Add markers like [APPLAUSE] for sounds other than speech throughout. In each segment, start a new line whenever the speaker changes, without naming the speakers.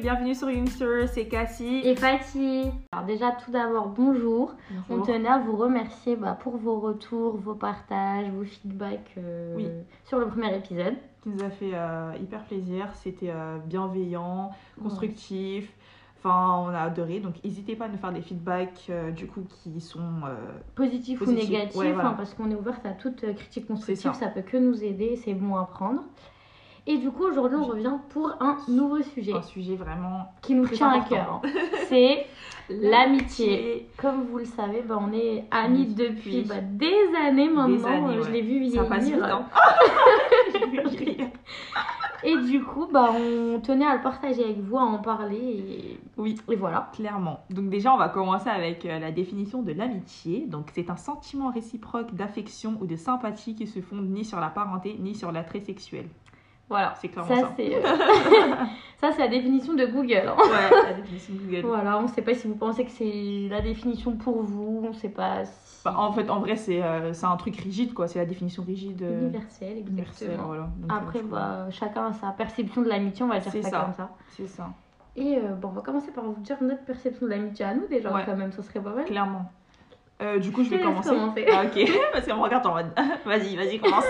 bienvenue sur Youngster, c'est Cassie.
et Fatih. Alors déjà tout d'abord bonjour. On tenait à vous remercier bah, pour vos retours, vos partages, vos feedbacks euh,
Oui.
sur le premier épisode.
qui nous a fait euh, hyper plaisir. C'était euh, bienveillant, constructif. Enfin, on a adoré. Donc, n'hésitez pas à nous faire des feedbacks euh, du coup qui sont. euh,
Positif, ou
Positif,
négatif,
ouais, voilà.
hein, parce qu'on est ouverte à toute euh, critique constructive,
C'est ça.
ça. peut que nous aider, c'est bon à prendre. Et du coup aujourd'hui on
Je-
revient pour un nouveau sujet
un sujet vraiment
qui nous
très
tient
important.
à cœur. hein.
[LAUGHS]
C'est l'amitié. Comme vous le savez, bah, on est amis
Amis
depuis
depuis
bah, des années maintenant.
années,
Euh, Je
ouais.
l'ai vu
Ça
vieillir.
passe vite. hein.
Et du coup, bah, on tenait à le partager avec vous, à en parler.
[LAUGHS] oui.
Et, et voilà.
Clairement. Donc déjà, on va commencer avec euh, la définition de l'amitié. Donc c'est un sentiment réciproque d'affection ou de sympathie qui se fonde ni sur la parenté ni sur l'attrait sexuel.
Voilà.
C'est clairement ça.
Ça, c'est euh, [LAUGHS] ça, c'est la définition de Google. hein.
Ouais, la définition de Google.
Voilà, on ne sait pas si vous pensez que c'est la définition pour vous, on ne sait pas si.
Bah, en fait, en vrai, c'est euh, c'est un truc rigide, quoi. C'est la définition rigide euh,
Universel, exactement.
universelle. Voilà. Donc, euh,
Après,
je-
bah, chacun a sa perception de l'amitié, on va dire
C'est
ça,
ça.
comme ça.
C'est ça.
Et euh, bon, on va commencer par vous dire notre perception de l'amitié à nous, déjà,
Ouais.
quand même, ça serait pas mal.
Clairement. Euh, du coup, je
te
vais
laisse
commencer.
commencer.
Ah, ok, [LAUGHS] parce qu'elle me regarde en mode [LAUGHS] vas-y, vas-y,
[LAUGHS]
commence.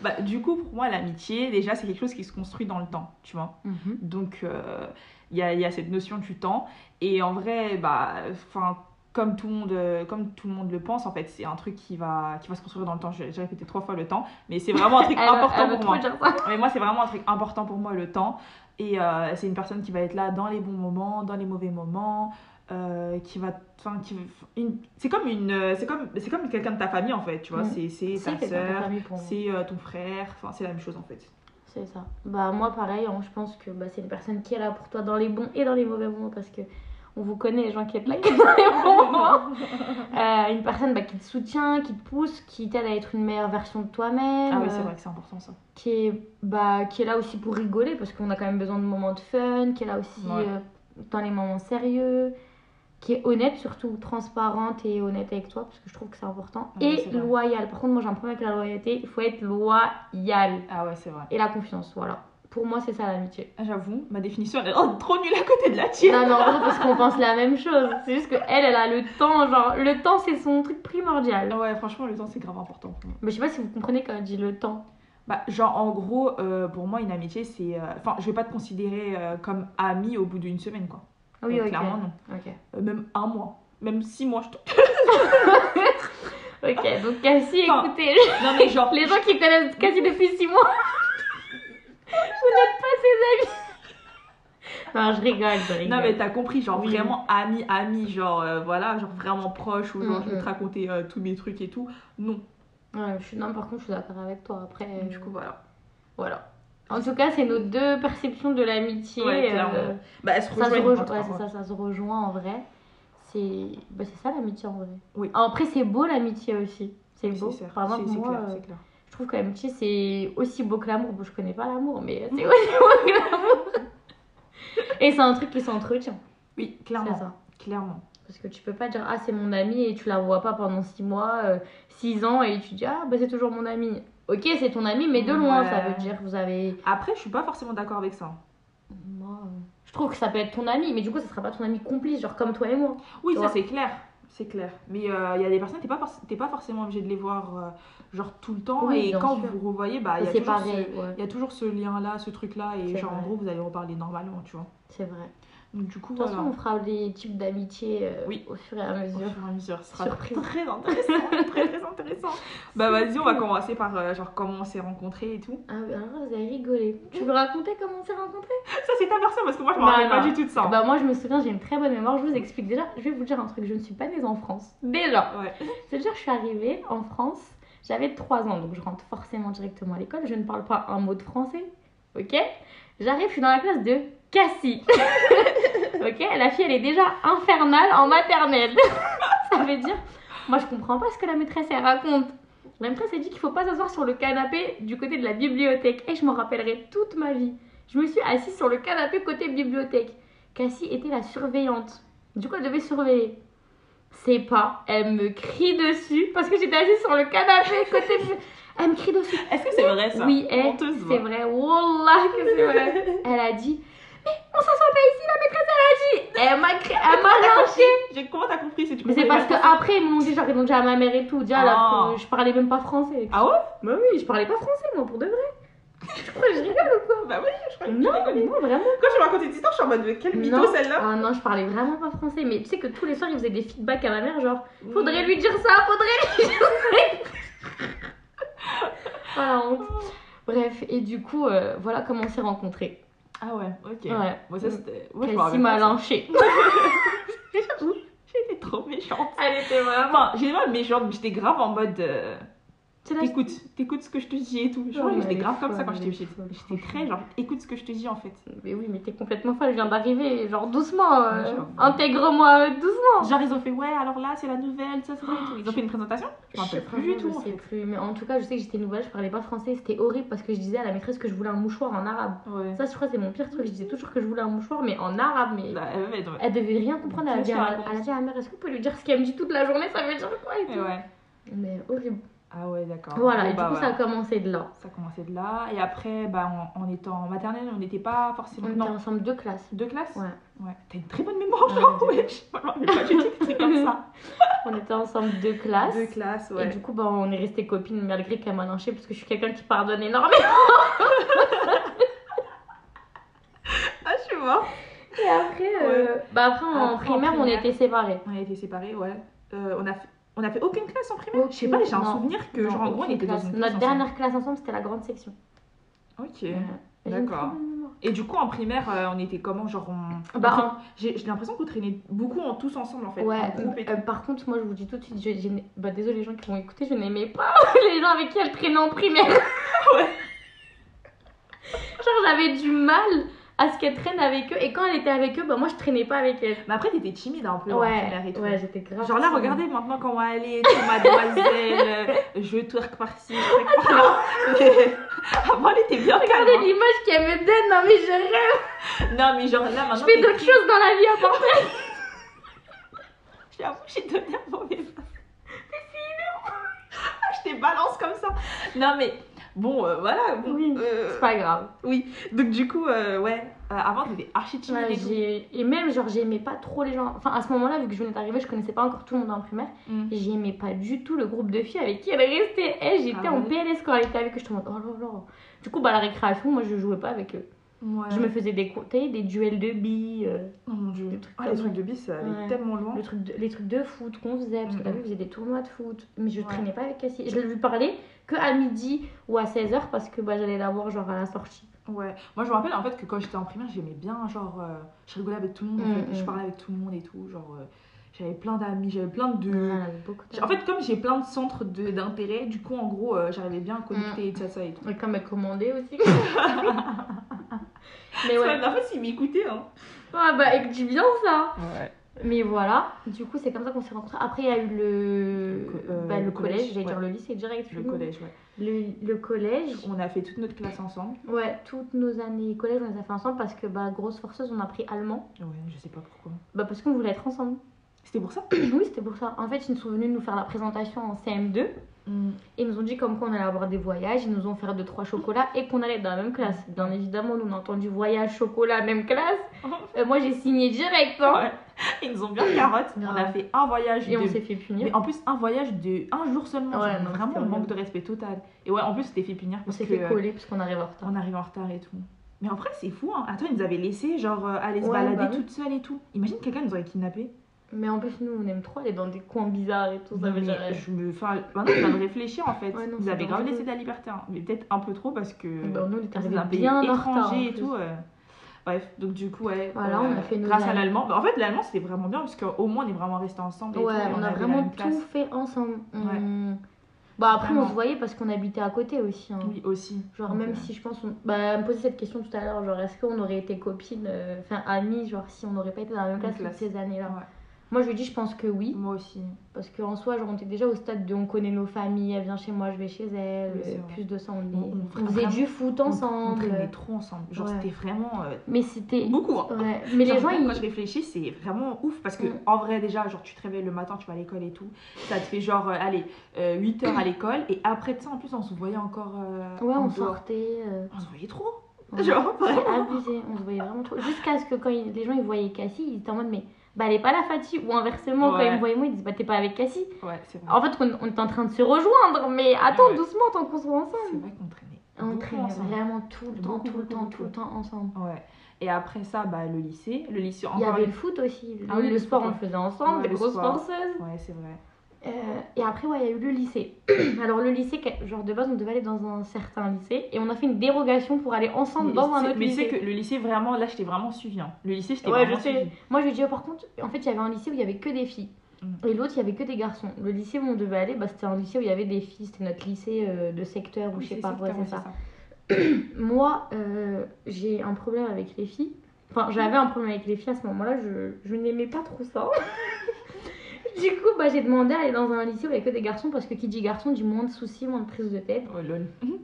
bah, du coup, pour moi, l'amitié, déjà, c'est quelque chose qui se construit dans le temps, tu vois. Donc, euh, il y, a, il y a cette notion du temps. Et en vrai, bah, 'fin, comme, tout le monde, euh, comme tout le monde le pense, en fait, c'est un truc qui va, qui va se construire dans le temps. J'ai j'ai répété trois fois le temps, mais c'est vraiment un truc
Elle va-
important
elle va
pour
trop
moi.
dire ça.
Mais moi, c'est vraiment un truc important pour moi, le temps. Et euh, c'est une personne qui va être là dans les bons moments, dans les mauvais moments, euh, qui va. Enfin, qui. une- C'est comme une. euh, C'est comme, c'est comme quelqu'un de ta famille, en fait, tu vois.
Mm.
C'est, c'est
C'est
ta
quelqu'un de ta
sœur,
famille pour moi.
c'est euh, ton frère. Enfin, c'est la même chose, en
[LAUGHS]
fait.
C'est ça. Bah moi pareil, hein, je pense que bah, c'est une personne qui est là pour toi dans les bons et dans les mauvais moments parce que on vous connaît les gens qui êtes là [LAUGHS] dans les
Ah,
bons moments. Euh, une personne bah, qui te soutient, qui te pousse, qui t'aide à être une meilleure version de toi-même,
Ah oui, c'est
euh,
vrai que c'est important, ça.
qui est bah qui est là aussi pour rigoler parce qu'on a quand même besoin de moments de fun, qui est là aussi
Ouais.
euh, dans les moments sérieux, qui est honnête surtout, transparente et honnête avec toi parce que je trouve que c'est important
Ouais, c'est
et
vrai.
loyale. Par contre, moi j'ai un problème avec la loyauté, il faut être loyal
Ah ouais, c'est vrai.
et la confiance, voilà. Pour moi, c'est ça l'amitié.
Ah, J'avoue, ma définition, elle est oh, trop nulle à côté de la tienne.
Non, mais en vrai, parce qu'on pense la même chose. C'est juste que elle, elle a le temps, genre, le temps, c'est son truc primordial.
Ouais, franchement, le temps, c'est grave important pour moi.
Mais je sais pas si vous comprenez quand elle dit le temps.
Bah, genre, en gros, euh, pour moi, une amitié, c'est. euh, Enfin, je vais pas te considérer euh, comme ami au bout d'une semaine, quoi.
Ah Oui,
Donc,
ok.
Clairement, non.
Ok.
Euh, même un mois, même six mois. Je te- [COUGHS]
Ok, donc Cassie,
Enfin,
écoutez,
non mais genre,
les gens qui connaissent Cassie depuis 6 mois, [LAUGHS] vous n'êtes pas ses amis. Non, je rigole, je rigole.
non mais t'as compris, genre
Oui.
vraiment ami, ami, genre euh, voilà, genre vraiment proche ou genre je vais
Mhm.
te raconter euh, tous mes trucs et tout. Non.
Ouais, je suis... Non, par contre, je suis d'accord avec toi. Après, euh,
Du coup voilà.
voilà. En tout cas, c'est nos deux perceptions de l'amitié.
Ouais, clairement.
euh,
Bah elles se
ça se
rejoignent. en
rejoint,
tout
ouais,
cas,
c'est ça, ça se rejoint en vrai. C'est bah, c'est ça l'amitié en vrai. Ah,
Oui.
Après, c'est beau l'amitié aussi. C'est beau.
C'est c'est-
Par exemple,
c'est- c'est
moi,
clair,
euh,
c'est clair.
je trouve que l'amitié, c'est aussi beau que l'amour. Bon, je connais pas l'amour, mais c'est [LAUGHS] aussi beau que l'amour. Et c'est un truc qui s'entretient.
Oui,
C'est
clairement,
ça.
clairement.
Parce que tu peux pas dire, ah, c'est mon ami et tu la vois pas pendant 6 mois, 6 ans et tu dis, ah, bah, c'est toujours mon ami. Ok, c'est ton ami, mais de loin,
Ouais.
ça veut dire que vous avez.
Après, je suis pas forcément d'accord avec ça.
Moi, euh, je trouve que ça peut être ton ami, mais du coup, ça sera pas ton ami complice, genre comme toi et moi.
Oui, ça
Ouais.
c'est clair. C'est clair. Mais euh, il y a des personnes, t'es pas, forc- t'es pas forcément obligé de les voir euh, genre tout le temps.
Oui,
et
bien
quand
sûr.
vous vous revoyez, bah il y
Et
a
c'est
toujours ce-
pareil, ouais.
il y a toujours ce lien-là, ce truc-là. Et
C'est
genre en
vrai.
gros, vous allez reparler normalement, tu vois.
C'est vrai.
Donc du coup,
De toute façon,
voilà.
on fera des types d'amitié euh,
Oui.
au fur et à
Au
mesure.
fur et à mesure, ce sera
Surprise.
très intéressant, [LAUGHS] très très intéressant. Bah vas-y, on va commencer par euh, genre comment on s'est rencontrés et tout.
Ah oui, alors vous avez rigolé. Tu veux raconter comment on s'est rencontrés
Ça c'est ta personne parce que moi je me
Bah,
rappelle pas
non.
du tout de ça.
Bah moi je me souviens, j'ai une très bonne mémoire, je vous explique déjà. Je vais vous dire un truc, je ne suis pas née en France. Déjà.
Ouais.
C'est-à-dire je suis arrivée en France, j'avais 3 ans, donc je rentre forcément directement à l'école, je ne parle pas un mot de français, ok J'arrive, je suis dans la classe de Cassie. ok La fille elle est déjà infernale en maternelle. [LAUGHS] Ça veut dire, moi je comprends pas ce que la maîtresse elle raconte. La maîtresse a dit qu'il faut pas s'asseoir sur le canapé du côté de la bibliothèque. Et je m'en rappellerai toute ma vie. Je me suis assise sur le canapé côté bibliothèque. Cassie était la surveillante. Du coup, elle devait surveiller. C'est pas. Elle me crie dessus parce que j'étais assise sur le canapé côté. bi- Elle me crie dessus.
Est-ce que c'est vrai ça
Oui, eh,
Honteuse,
c'est
moi.
[LAUGHS] vrai. Wallah que c'est vrai. Elle a dit on s'assoit pas ici, la maîtresse elle a dit. Elle m'a cré- elle m'a lynchée.
J'ai- Comment t'as compris si tu
Mais c'est
comprenais
parce
pas
que après ils m'ont dit, genre ils l'ont dit à ma mère et tout, déjà
Ah.
là, que je parlais même pas français.
Ah ouais
Bah oui, je parlais pas français moi pour de vrai. Tu crois que je rigole ou quoi
Bah oui, je crois que tu
ah, Non, mais
rigoles.
moi vraiment.
Quand tu me racontais cette histoire, je suis en mode mais quelle mytho
Non.
celle-là
Ah non, je parlais vraiment pas français, mais tu sais que tous les soirs ils faisaient des feedbacks à ma mère, genre faudrait lui dire ça, faudrait lui dire [LAUGHS] ça. ah la honte. Bref, et du coup, euh, voilà comment on s'est rencontrés.
Ah ouais, ok.
Ouais.
Moi, ça c'était. Ouais, je me
Cassie
rappelle
m'a
pas [LAUGHS] ça.
lynché.
J'étais trop méchante.
[LAUGHS] Elle était vraiment.
Enfin, j'étais pas méchante, mais j'étais grave en mode. euh,
C'est la
T'écoutes, t'écoutes ce que je te dis et tout. Je
Non,
crois que
mais
j'étais
elle est
grave comme ça
folle,
quand
elle
j'étais
est
petite.
folle,
J'étais très
franchement.
genre, écoute ce que je te dis en fait.
Mais oui, mais t'es complètement folle, je viens d'arriver, genre doucement, euh,
Ouais, j'avoue.
intègre-moi euh, doucement.
Genre, ils ont fait ouais, alors là c'est la nouvelle, ça c'est vrai et tout. Ils ont fait une présentation Je m'en rappelle plus du tout.
Je
en
sais
fait.
plus, mais en tout cas, je sais que j'étais nouvelle, je parlais pas français, c'était horrible parce que je disais à la maîtresse que je voulais un mouchoir en arabe.
Ouais.
Ça, je crois, c'est mon pire truc, je disais toujours que je voulais un mouchoir, mais en arabe, mais
Bah, euh, mais non,
elle devait rien comprendre. Elle a
Qu'est-ce
dit,
qu'elle
à-
raconte
elle a dit à ma mère, est-ce que vous pouvez lui dire ce qu'elle me dit toute la journée, ça veut dire quoi et
mais
tout
ouais.
Mais horrible.
Ah ouais, d'accord.
Voilà,
Bon,
et du
bah,
coup, ça a
voilà.
commencé de là.
ça commençait de là. Et après, bah, en, en étant en maternelle, on n'était pas
On
forcément.
était
Non,
ensemble deux classes.
deux classes
Mm, Ouais.
Ouais. T'as une très bonne mémoire,
Ouais,
genre,
de
ouais. Je me rappelle pas du tout des trucs comme ça.
On était ensemble [LAUGHS] deux classes.
Deux classes,
Et
ouais.
du coup, bah, on est resté copines malgré qu'elle m'a lynchée parce que je suis quelqu'un qui pardonne énormément.
Ah, je suis mort.
Et après, euh, bah après, en
Après, en
primaire, on
primaire.
était séparés.
On a été séparés, ouais. Euh, on, a fait... on a fait aucune classe en primaire.
Aucune,
Je sais pas, j'ai un
non.
souvenir que,
Non,
genre, en gros, on
aucune
était dans
classe.
une
Notre
classe
dernière classe ensemble, c'était la grande section.
ensemble. Ok.
Voilà. J'ai une très
d'accord.
bonne mémoire.
Et du coup, en primaire, euh, on était comment Genre, on.
Bah,
on tra-
en-
J'ai j'ai l'impression qu'on traînait beaucoup en tous ensemble, en fait.
Ouais,
en groupe et tout.
euh, par contre, moi je vous dis tout de suite, je, je n'ai- bah, désolé les gens qui vont écouter, je n'aimais pas [LAUGHS] les gens avec qui elle traînait en
[LAUGHS]
primaire. Genre j'avais du mal à ce qu'elle traîne avec eux, et quand elle était avec eux, bah moi je traînais pas avec elle.
Mais après, t'étais timide un peu en primaire et
Ouais,
tout.
ouais j'étais grave.
Genre là,
timide.
regardez maintenant comment elle est, tout, mademoiselle, euh, je twerk par-ci, je twerk par-là. Mais
[LAUGHS]
Avant, Ah, elle était bien calme.
Regardez l'image qu'elle me donne, non mais je rêve,
hein. Non, mais genre là,
je
maintenant,
fais
t'es-
d'autres choses dans la vie
[LAUGHS]
à part ça.
j'avoue, j'ai donné un mauvais pas. [LAUGHS] Ah, Je t'ai balance comme ça. Non, mais bon, euh, voilà. bon,
Oui.
euh,
C'est pas grave.
Donc, du coup, euh, ouais, euh, avant, t'étais archi timide
Ouais,
et tout.
j'ai- et même, genre, j'aimais pas trop les gens. Enfin, à ce moment-là, vu que je venais d'arriver, je connaissais pas encore tout le monde en primaire.
Mm.
J'aimais pas du tout le groupe de filles avec qui elle restait. Eh, j'étais
Ah
en
ouais.
PLS quand elle était avec eux. Je te oh là là. Du coup, bah, à la récréation, moi, je jouais pas avec eux.
Ouais.
Je me faisais des cours- tu sais, des duels de billes, euh,
Oh mon dieu.
Des trucs
Ah,
comme
les
ça.
trucs de bis, ça allait
Ouais.
tellement loin.
le truc de- les trucs de foot qu'on faisait. Parce que la
Mhm.
vie faisait des tournois de foot. Mais je
Ouais.
traînais pas avec Cassie. Je lui parlais que à midi ou à 16h parce que bah, j'allais la voir, genre, à la sortie.
Ouais, moi je me rappelle en fait que quand j'étais en primaire, j'aimais bien, genre, euh, je rigolais avec tout le monde, en
Mm,
fait, je
mm.
parlais avec tout le monde et tout, genre, euh, j'avais plein d'amis, j'avais plein de...
On en avait beaucoup de
En fait, comme j'ai plein de centres de- d'intérêt, du coup, en gros, euh, j'arrivais bien à
Mm.
connecter et tout ça, ça et tout.
Et comme elle commandait aussi. [LAUGHS] Mais
Ouais.
ouais.
[LAUGHS] en fait, il m'écoutait, hein.
Ah bah, et que du bien ça
Ouais.
Mais voilà, du coup, c'est comme ça qu'on s'est rencontrés. Après, il y a eu le,
Le co- euh,
bah, le
le
collège,
collège,
j'allais dire
ouais.
le lycée direct.
Le
non.
collège, ouais.
Le, le collège,
On a fait toute notre classe ensemble.
ouais, toutes nos années collège, on les a fait ensemble parce que, bah, grosse forceuse, on a pris allemand.
Ouais, je sais pas pourquoi.
Bah, parce qu'on voulait être ensemble. [CLEARS THROAT]
C'était pour ça
oui, c'était pour ça. En fait, ils nous sont venus nous faire la présentation en CM2. Et ils nous ont dit comme quoi on allait avoir des voyages, ils nous ont fait deux trois chocolats et qu'on allait être dans la même classe. Bien évidemment, nous on a entendu voyage, chocolat, même classe. Euh, moi j'ai signé direct. hein.
Ouais. Ils nous ont bien carotte. On a
Grave.
fait un voyage
Et on
de-
s'est fait punir.
Ah, Mais en plus, un voyage de un jour seulement.
Ouais,
genre,
non,
vraiment,
c'était
un manque
horrible.
de respect total. Et ouais, en plus, c'était fait punir
On
parce
s'est
que... euh,
fait coller parce qu'on arrive en retard.
On arrive en retard et tout. Mais en vrai, c'est fou, hein. Attends, ils nous avaient laissé, genre, euh, aller se
Ouais,
balader
bah oui.
toute seule et tout. Imagine quelqu'un nous aurait kidnappé.
Mais en plus, nous, on aime trop aller dans des coins bizarres et tout. Ça
Mais
veut dire. euh,
je me... Enfin, maintenant, je viens de réfléchir, en fait.
Ouais, non,
ils
c'est
avaient grave
dangereux.
laissé de la liberté, hein. Mais peut-être un peu trop, parce que...
bah, nous, on était
c'est
arrivés
un pays
bien en
étranger
retard. en
et
plus.
tout. euh. Bref, donc du coup, ouais. euh,
Voilà, on a fait nos
Grâce à
années.
l'allemand. Bah, en fait, l'allemand, c'était vraiment bien, parce qu'au moins, on est vraiment restés ensemble et
Ouais,
tout. et
on, a
avait la
vraiment
même
tout
classe.
fait ensemble. On-
Ouais.
Bah, après, on
Vraiment.
se voyait parce qu'on habitait à côté aussi. hein.
Oui, aussi.
Genre,
Donc,
même
euh,
si je pense. On... Bah, elle me posait cette question tout à l'heure. Genre, est-ce qu'on aurait été copines, euh, enfin amies, genre, si on n'aurait pas été dans la même
Même
classe toutes
classe.
ces années-là
Ouais.
Moi, je lui dis, je pense que oui.
Moi aussi.
Parce qu'en soi, genre, on était déjà au stade de on connaît nos familles, elle vient chez moi, je vais chez elle.
Oui, c'est
euh,
vrai.
Plus de ça, on, est-
On- on-
on faisait
vraiment,
du foot
on- On
ensemble.
traînait trop ensemble. Genre,
Ouais.
c'était vraiment... euh,
Mais c'était.
beaucoup, hein.
Ouais, mais les
Genre,
gens,
même quand je
ils...
réfléchis, c'est vraiment ouf parce que
Mm.
en vrai déjà, genre tu te réveilles le matin, tu vas à l'école et tout, ça te fait genre euh, allez, 8 heures à l'école et après de ça en plus on se voyait encore euh,
ouais,
en
on
dehors.
sortait. euh,
On se voyait trop.
Ouais.
Genre,
C'est
vraiment.
abusé, on se voyait vraiment trop. Jusqu'à ce que quand ils- les gens ils voyaient Cassie, ils étaient en mode mais bah elle est pas là Fatih ou inversement quand
Ouais.
ils me voyaient moi ils disaient bah t'es pas avec Cassie.
Ouais, c'est vrai.
En fait on, on est en train de se rejoindre mais attends
Ouais.
doucement tant qu'on soit ensemble.
C'est vrai qu'on traînait.
On
beaucoup
traînait
ensemble.
vraiment tout le temps,
Beaucoup,
tout le
beaucoup,
temps,
beaucoup.
tout le temps ensemble.
Ouais. Et après ça, bah, le lycée. Le lycée,
Il y
encore
avait le
une-
foot aussi, le,
Ah oui,
le
le
sport
foot,
on le faisait ensemble,
Ouais,
des
le
grosses
sport.
forceuses.
Ouais, c'est vrai.
Euh, et après, ouais, il y a eu le lycée. [CLEARS THROAT] Alors, le lycée, que- genre de base, on devait aller dans un certain lycée et on a fait une dérogation pour aller ensemble
Mais
dans un
c'est-
autre
mais
lycée.
c'est que le lycée, vraiment, là, j'étais vraiment suivi. hein. Le lycée, j'étais
Ouais,
vraiment
je sais.
suivie.
Moi, je lui ai dit, oh, par contre, en fait, il y avait un lycée où il y avait que des filles
Mm.
et l'autre, il y avait que des garçons. Le lycée où on devait aller, bah, c'était un lycée où il y avait des filles, c'était notre lycée euh, de secteur ou
Oui,
je sais
c'est
pas,
secteur,
ouais, c'est
ouais,
ça.
c'est ça.
Moi, euh, j'ai un problème avec les filles. Enfin, j'avais un problème avec les filles à ce moment-là, je, je n'aimais pas trop ça. [LAUGHS] du coup, bah, j'ai demandé à aller dans un lycée où il n'y a que des garçons parce que qui dit garçon dit moins de soucis, moins de prise de tête.
Oh, lol.
Mhm.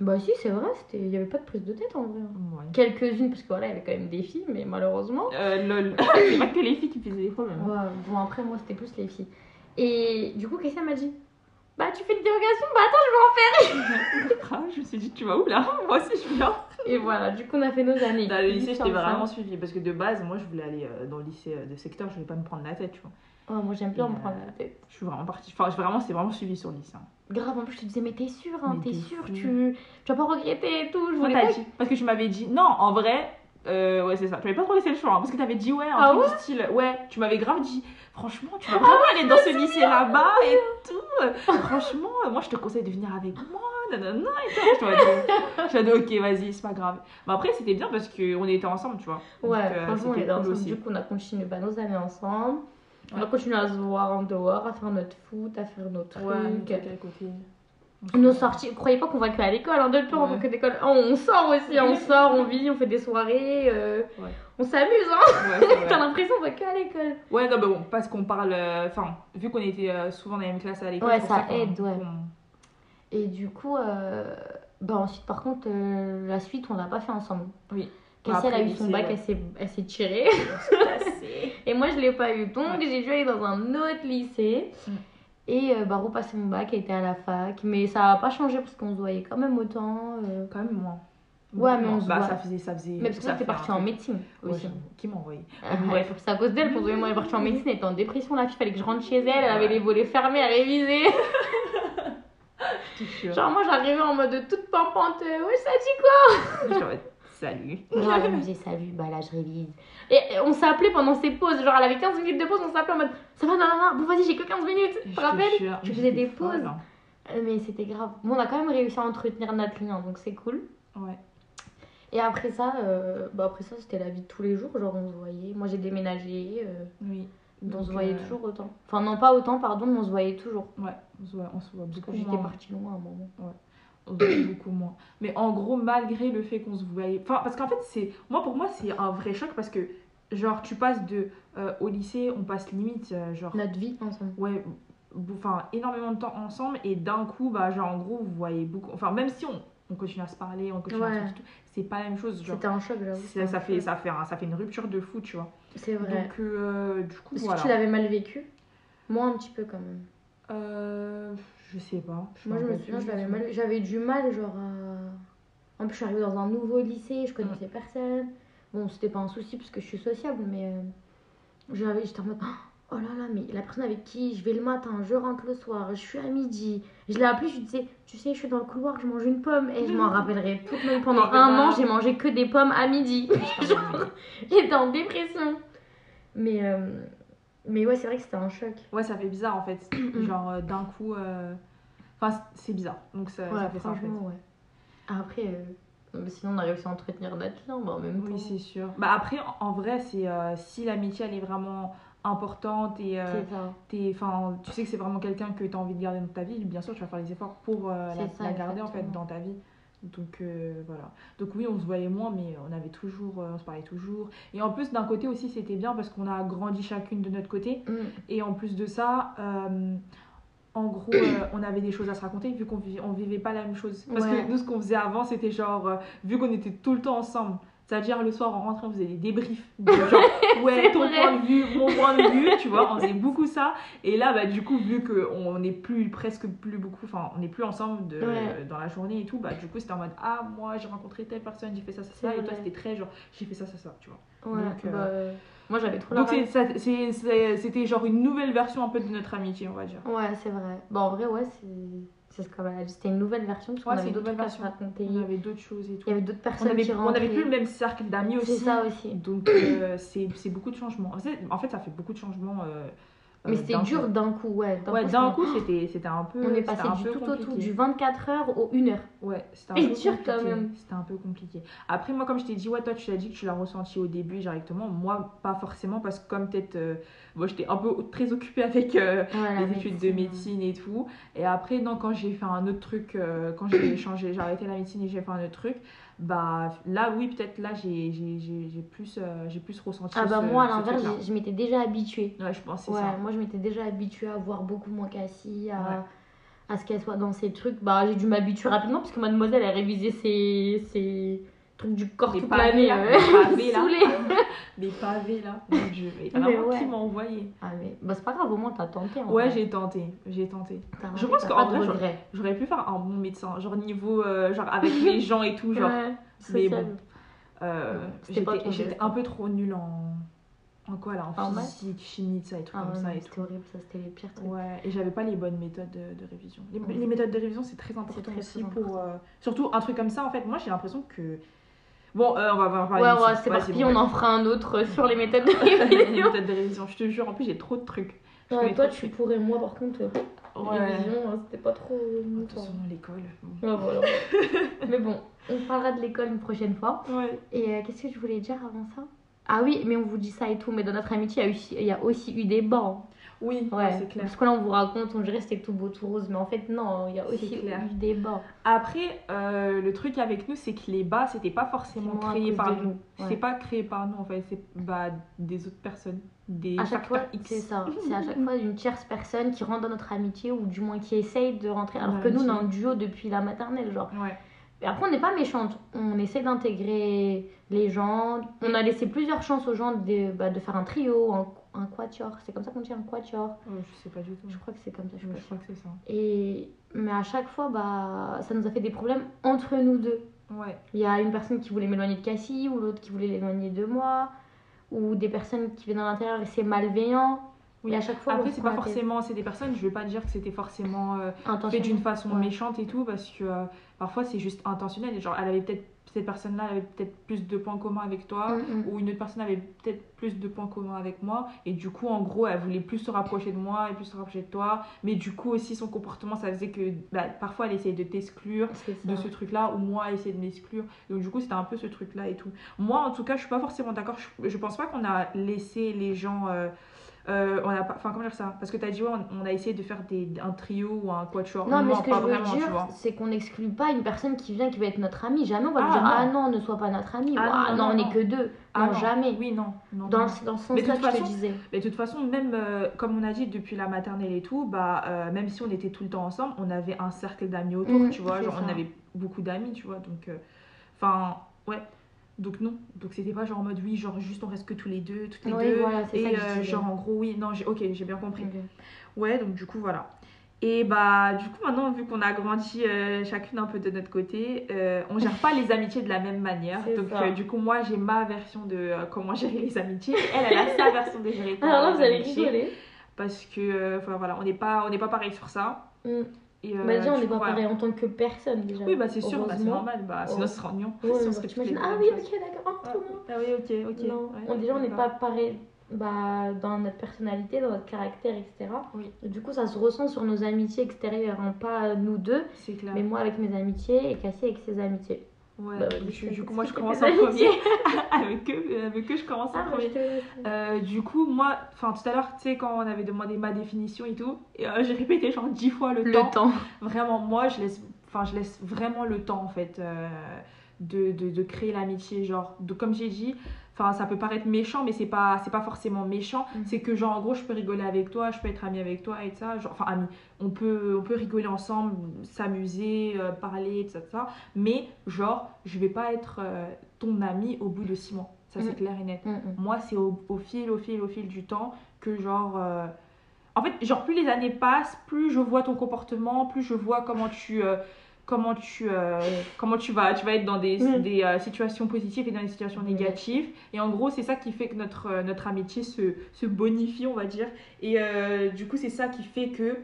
Bah, si, c'est vrai, c'était- il n'y avait pas de prise de tête en vrai.
Ouais.
Quelques-unes, parce que voilà, il y avait quand même des filles, mais malheureusement.
Euh, lol. [LAUGHS] c'est pas que les filles qui faisaient des problèmes.
Ouais, bon, après, moi, c'était plus les filles. Et du coup, Kessia m'a dit Bah, tu fais une dérogation, bah attends, je vais en faire.
Ah, je me suis dit, tu vas où là [LAUGHS] Moi aussi, je viens.
Et voilà, du coup, on a fait nos années.
Dans le lycée, j'étais
Ensemble.
vraiment suivie. Parce que de base, moi, je voulais aller euh, dans le lycée euh, de secteur, je voulais pas me prendre la tête, tu vois.
Ouais, moi, j'aime bien me
Euh,
prendre la tête.
Je suis vraiment partie. Enfin, je- vraiment, c'est vraiment suivi sur le lycée. hein.
Grave, en plus, je te disais, mais t'es sûre, hein,
Mais
t'es
de
sûre,
fou.
tu... tu vas pas regretter et tout. Je
Toi,
voulais
t'as
pas.
dit- Parce que tu m'avais dit, non, en vrai, euh, ouais, c'est ça. Tu m'avais pas trop laissé le choix. hein, parce que t'avais dit, ouais, Ah un
Ah
truc du style. Ouais, tu m'avais grave dit, franchement, tu vas vraiment aller dans ce lycée là-bas et tout. euh, Franchement, euh, moi, je te conseille de venir avec moi. Nanana, et tout. Je t'aurais dit- je t'aurais dit, ok, vas-y, c'est pas grave. Mais après, c'était bien parce qu'on était ensemble, tu vois. Donc,
Ouais,
euh,
franchement, on
c'était
est ensemble.
cool aussi.
Du coup, on a continué bah, nos années ensemble. On a
Ouais.
continué à se voir en dehors, à faire notre foot, à faire nos trucs.
euh,
nos
Nos
sorties, croyez pas qu'on va que à l'école, hein, de le temps, on va
Ouais.
que d'école. Oh, on sort aussi,
[LAUGHS]
on sort, on vit, on fait des soirées, euh,
Ouais.
on s'amuse, hein.
Ouais, c'est vrai.
T'as l'impression qu'on va que à l'école.
[LAUGHS] Ouais, non, mais bon, parce qu'on parle. euh, Enfin, vu qu'on était euh, souvent dans la même classe à l'école,
Ouais,
c'est pour
ça
qu'on-
aide, ouais.
qu'on-
[LAUGHS] Et du coup, euh, bah ensuite, par contre, euh, la suite, on l'a pas fait ensemble.
Oui.
Cassie, elle a
Après,
eu son
lycée,
bac,
ouais.
elle Bah, s'est- elle s'est tirée.
Bah, Ouais,
Et moi, je l'ai pas eu. Donc, j'ai dû aller dans un autre lycée.
Mm.
Et euh, bah, repasser mon bac, elle était à la fac. Mais ça a pas changé parce qu'on se voyait quand même autant. euh.
Quand même moins.
Ouais, mais on
Moins.
se
bah,
voit.
ça faisait. Ça faisait
Mais parce que
ça
toi, t'es
fait un
partie en
truc.
médecine
Ouais,
aussi.
j'avoue. Qui m'a
[LAUGHS]
envoyé
Ah,
Mais
ouais,
bref.
c'est à cause d'elle, pour que moi, elle est partie en médecine, elle était en dépression, la fille, fallait que je rentre chez elle, elle avait les volets fermés, elle révisait.
Je te jure.
Genre, moi, j'arrivais en mode toute pimpante, euh, ouais, ça dit
Je suis en mode, Salut.
quoi Genre, elle me disait, salut, bah là, je révise. Et et on s'appelait pendant ses pauses, genre, elle avait 15 minutes de pause, on s'appelait en mode, ça va, non, non, non, bon, vas-y, j'ai que 15 minutes, tu te rappelles
Je hein.
faisais des pauses. Euh, Mais c'était grave. Bon, on a quand même réussi à entretenir notre lien, donc c'est cool.
Ouais.
Et après ça, euh, bah après ça, c'était la vie de tous les jours. Genre, on se voyait. Moi, j'ai déménagé. euh,
Oui.
donc on
Donc,
se voyait
euh,
toujours autant. Enfin, non, pas autant, pardon, mais on se voyait toujours.
Ouais, on se voit, on se voit
Parce
beaucoup
que j'étais
moins.
partie loin à un moment.
On se voit Oh, bah, beaucoup moins. Mais en gros, malgré le fait qu'on se voyait. Enfin, parce qu'en fait, c'est. Moi, pour moi, c'est un vrai choc parce que, genre, tu passes de. euh, au lycée, on passe limite, euh, genre.
Notre vie ensemble.
ouais bou- enfin énormément de temps ensemble et d'un coup bah genre en gros vous voyez beaucoup enfin même si on, on continue à se parler on continue
Ouais.
à tout, tout, c'est pas la même chose genre
C'était un choc, j'avoue. c'était
ça, ça
un
fait
choc.
ça fait un- ça fait une rupture de fou tu vois
C'est vrai.
donc euh, du coup
Est-ce
voilà
que tu l'avais mal vécu Moi, un petit peu quand même.
Euh, je sais pas
Moi, je me
rappelle
souviens,
plus
je l'avais
du tout.
mal- j'avais du mal, genre. à- En plus, je suis arrivée dans un nouveau lycée, je connaissais personne. Bon, c'était pas un souci parce que je suis sociable, mais euh, j'avais, j'étais en mode. Oh là là, mais la personne avec qui je vais le matin, je rentre le soir, je suis à midi. Je l'ai appelée, je lui disais, tu sais, je suis dans le couloir, je mange une pomme. Et [LAUGHS] je m'en rappellerai toute même pendant
Mais
un
grave.
an, j'ai mangé que des pommes à [LAUGHS] midi. Genre, J'étais en dépression. Mais, euh, mais ouais, c'est vrai que c'était un choc.
ouais ça fait bizarre en
[CLEARS THROAT]
fait genre euh, d'un coup euh, enfin c- c'est bizarre donc ça, ça fait ça en fait
franchement, ouais. Après, euh, mais sinon on a réussi à entretenir notre
hein,
lien, mais en même temps.
oui c'est sûr bah après en- en vrai c'est euh, si l'amitié elle est vraiment importante et euh,
c'est ça.
t'es- enfin, tu sais que c'est vraiment quelqu'un que tu as envie de garder dans ta vie, bien sûr, tu vas faire les efforts pour euh, la,
C'est ça,
la garder en fait
exactement.
dans ta vie. Donc euh, voilà. Donc oui, on se voyait moins, mais on avait toujours, euh, on se parlait toujours. Et en plus d'un côté aussi, c'était bien parce qu'on a grandi chacune de notre côté.
Mm.
Et en plus de ça, euh, en gros, euh, on avait des choses à se raconter vu qu'on vivait, on vivait pas la même chose. Parce
Ouais.
que nous, ce qu'on faisait avant, c'était genre, euh, vu qu'on était tout le temps ensemble, ça, C'est-à-dire, le soir, en rentrant, vous avez des débriefs.
[LAUGHS]
De genre, ouais, ton
vrai.
point de vue, mon point de vue, tu vois, on faisait beaucoup ça. Et là, bah, du coup, vu qu'on n'est plus, presque plus beaucoup, enfin, on n'est plus ensemble de,
Ouais.
dans la journée et tout, bah, du coup, c'était en mode, ah, moi, j'ai rencontré telle personne, j'ai fait ça, ça,
C'est
ça, et toi,
vrai.
c'était très genre, j'ai fait ça, ça, ça, tu vois.
Ouais,
Donc, euh,
bah, euh, moi j'avais trop la
Donc, c'est-
rage.
ça- c'est- c'est- c'était genre une nouvelle version un peu de notre amitié, on va dire.
Ouais, c'est vrai. Bah, en vrai, ouais, c'est- c'est ce qu'on a- C'était une nouvelle version parce qu'on
Ouais, c'est
avait
une
d'autres
nouvelle
trucs à se raconter.
On avait d'autres choses et
Il
tout.
y avait d'autres
On
personnes
avait,
qui
on avait plus le
rentraient.
même cercle d'amis aussi.
C'est ça aussi.
Donc, euh, c'est c'est beaucoup de changements. C'est- En fait, ça fait beaucoup de changements. euh,
Mais
euh,
c'était
d'un
dur
coup.
d'un coup, ouais.
Ouais,
c'était-
d'un coup, c'était c'était un peu.
hein. On est
c'était
passé
un
du
peu
tout au tout,
compliqué.
du 24h au 1h.
Ouais, c'était un
Et
peu
dur,
compliqué.
quand même.
C'était un peu compliqué. Après, moi, comme je t'ai dit, ouais, toi, tu l'as dit que tu l'as ressenti au début directement. Moi, pas forcément, parce que comme peut-être. euh, moi, j'étais un peu très occupée avec. euh, les études de médecine et tout. Et après, non, quand j'ai fait un autre truc, euh, quand
[COUGHS]
j'ai changé, j'ai arrêté la médecine et j'ai fait un autre truc, bah là, oui, peut-être là, j'ai j'ai- j'ai- j'ai plus, euh, j'ai plus ressenti.
Ah bah
ce-
moi à
ce
l'inverse,
truc-là.
j'ai- je m'étais déjà habituée.
Ouais, je pense que c'est
Ouais,
ça.
moi je m'étais déjà habituée à voir beaucoup moins Cassie, à,
Ouais.
à ce qu'elle soit dans ses trucs. Bah j'ai dû m'habituer rapidement parce que mademoiselle a révisé ses, ses trucs du corps
Les
toute
pavés,
l'année.
là,
ouais.
les pavés, là.
[LAUGHS] Saoulée.
Les pavés
[LAUGHS]
là, mon dieu, mais
Mais
vraiment,
ouais.
qui m'a envoyé
Ah mais bah c'est pas grave, au moins t'as tenté. en
Ouais,
vrai.
j'ai tenté, j'ai tenté.
T'as
je
raté,
pense
t'as
qu'en
pas de
vrai, je-
regret.
J'aurais pu faire un bon médecin, genre niveau, euh, genre avec
[LAUGHS]
les gens et tout, genre.
Ouais,
mais
social.
bon. euh,
C'était pas
J'étais
ton
j'étais
best.
un peu trop nulle en. En quoi là
En
En
maths
physique, chimie, tout ça et tout
Ah
comme
ouais, non,
ça et tout.
c'était horrible, ça c'était les pires trucs.
Ouais, et j'avais pas les bonnes méthodes de, de révision. Les,
Ouais.
les méthodes de révision, c'est très important
très,
aussi
très
pour. euh, surtout un truc comme ça, en fait, moi j'ai l'impression que. Bon, euh, on va on va parler.
Ouais,
d'ici.
ouais, c'est parti,
bon,
on
bref.
en fera un autre euh, sur les [LAUGHS] méthodes de
[LAUGHS] les
révision.
méthodes de révision, je te jure, en plus j'ai trop de trucs. Je
Ouais,
connais
toi,
trop de
tu
trucs.
pourrais, moi, par contre, euh,
Ouais.
révision, hein, c'était pas trop. mon
De toute
temps.
façon, l'école. bon.
Ouais, [LAUGHS] voilà. mais bon, on parlera de l'école une prochaine fois.
Ouais.
Et euh, qu'est-ce que je voulais dire avant ça Ah oui, mais on vous dit ça et tout, mais dans notre amitié, il y a, eu- il y a aussi eu des bancs.
Oui,
Ouais,
c'est clair.
Parce que là, on vous raconte, on dirait que c'était tout beau, tout rose, mais en fait, non, il y a
C'est
aussi
clair.
eu des bancs.
Après, euh, le truc avec nous, c'est que les bas, c'était pas forcément
Moi, à
créé
cause
par
de
nous.
nous, ouais.
C'est pas créé par nous, en fait, c'est bah, des autres personnes. Des
À chaque fois,
facteurs X.
c'est ça. C'est à chaque fois une tierce personne qui rentre dans notre amitié ou du moins qui essaye de rentrer. Alors
Dans
que nous, on est
l'amitié.
un duo depuis la maternelle, genre.
Ouais.
Et après, on n'est pas méchante. On essaie d'intégrer les gens. On a laissé plusieurs chances aux gens de, bah, de faire un trio, un, un quatuor. C'est comme ça qu'on dit un quatuor.
Euh, je sais pas du tout.
Je crois que c'est comme ça. Je
Ouais,
crois.
Je crois que c'est ça.
Et mais à chaque fois, bah, ça nous a fait des problèmes entre nous deux.
Ouais.
Il y a une personne qui voulait m'éloigner de Cassie ou l'autre qui voulait l'éloigner de moi ou des personnes qui viennent à l'intérieur et c'est malveillant.
Oui.
Et à chaque fois, on
Après,
se
c'est
prend
pas
la tête.
forcément, c'est des personnes, je vais pas dire que c'était forcément euh, fait
Intentionnel.
d'une façon
Ouais.
méchante et tout, parce que euh, parfois c'est juste intentionnel. Et Genre, elle avait peut-être, cette personne-là, elle avait peut-être plus de points communs avec toi,
Mm, mm.
ou une autre personne avait peut-être plus de points communs avec moi, et du coup, en gros, elle voulait plus se rapprocher de moi et plus se rapprocher de toi, mais du coup, aussi son comportement, ça faisait que bah, parfois elle essayait de t'exclure
C'est ça.
de ce truc-là, ou moi essayer de m'exclure. Donc du coup, c'était un peu ce truc-là et tout. Moi, en tout cas, je suis pas forcément d'accord. Je, je pense pas qu'on a laissé les gens... euh, euh, on a pas, enfin comment dire ça Parce que t'as dit ouais, on, on a essayé de faire des, un trio ou un quatuor.
Non, mais ce que
pas
je veux
vraiment, tu
dire,
vois.
c'est qu'on n'exclut pas une personne qui vient qui va être notre amie. Jamais on va lui
Ah,
dire
non.
Ah non, ne sois pas notre amie.
Ah,
Ou, Ah,
non,
non,
non,
on
non.
n'est que deux.
Ah,
non,
non.
jamais.
Oui, non, non.
Dans,
non.
le- dans ce
Mais de
sens-là,
toute
que je te
façon-
disais.
Mais de toute façon, même euh, comme on a dit depuis la maternelle et tout, bah euh, même si on était tout le temps ensemble, on avait un cercle d'amis autour,
Mhm,
tu vois,
c'est
genre on
ça.
avait beaucoup d'amis, tu vois, donc euh, enfin ouais. Donc non, donc c'était pas genre en mode oui, genre juste on reste que tous les deux, toutes les
Oui,
deux.
voilà, c'est
Et
ça que je
euh,
disais.
genre en gros oui, non, j'ai OK, j'ai bien compris.
Ok.
Ouais, donc du coup voilà. Et bah du coup maintenant vu qu'on a grandi euh, chacune un peu de notre côté, euh, on gère pas les amitiés de la même manière.
C'est
Donc
ça.
euh, du coup moi j'ai ma version de euh, comment gérer les amitiés, elle elle a sa version de gérer comment
Alors là, Ah, vous
les
allez
amitiés
rigoler.
parce que euh, enfin, voilà, on n'est pas on n'est pas pareil sur ça.
Mm.
Et, euh,
Bah, déjà, on
du
n'est
coup,
pas
voilà.
pareil en tant que personne. Déjà.
Oui, bah c'est sûr, bah, c'est
Heureusement.
normal, bah, sinon
Oh.
ce serait ennuyant.
Ouais,
si on
genre,
serait
tu
toutes les
imagines,
deux
Ah
comme
oui,
ça.
ok, d'accord. Ah, trop bien.
Ah oui, ok, ok.
Non.
ouais,
On, déjà, on n'est
d'accord.
pas pareil bah, dans notre personnalité, dans notre caractère, etc.
Oui.
Et Du coup, ça se ressent sur nos amitiés extérieures, hein, pas nous deux,
C'est clair.
mais moi avec mes amitiés et Cassie avec ses amitiés.
Ouais,
Bah, vas-y,
du,
c'est-
du coup, moi je
c'est tes
commence en
amitiés.
premier. [LAUGHS] avec, eux, avec eux, je commence en
[LAUGHS] Ah,
premier.
je te-
Euh, du coup, moi, enfin tout à l'heure, tu sais, quand on avait demandé ma définition et tout, et, euh, [LAUGHS] j'ai répété genre dix fois le, temps. Vraiment, moi, je laisse, enfin, je laisse vraiment le temps en fait euh, de, de, de créer l'amitié. Genre, de, comme j'ai dit, enfin, Enfin, ça peut paraître méchant, mais c'est pas, c'est pas forcément méchant.
Mhm.
C'est que, genre, en gros, je peux rigoler avec toi, je peux être ami avec toi et tout ça. Genre, enfin, ami. On peut, on peut rigoler ensemble, s'amuser, euh, parler, tout ça, tout ça. Mais, genre, je vais pas être euh, ton ami au bout de six mois. Ça, c'est
Mhm.
clair et net.
Mm, mm.
Moi, c'est au, au fil, au fil, au fil du temps que genre... euh, En fait, genre plus les années passent, plus je vois ton comportement, plus je vois comment tu... euh, Comment tu, euh, comment tu vas Tu vas être dans des,
Mm.
des, euh, situations positives et dans des situations
Mm.
négatives. Et en gros, c'est ça qui fait que notre, euh, notre amitié se, se bonifie, on va dire. Et euh, du coup, c'est ça qui fait que,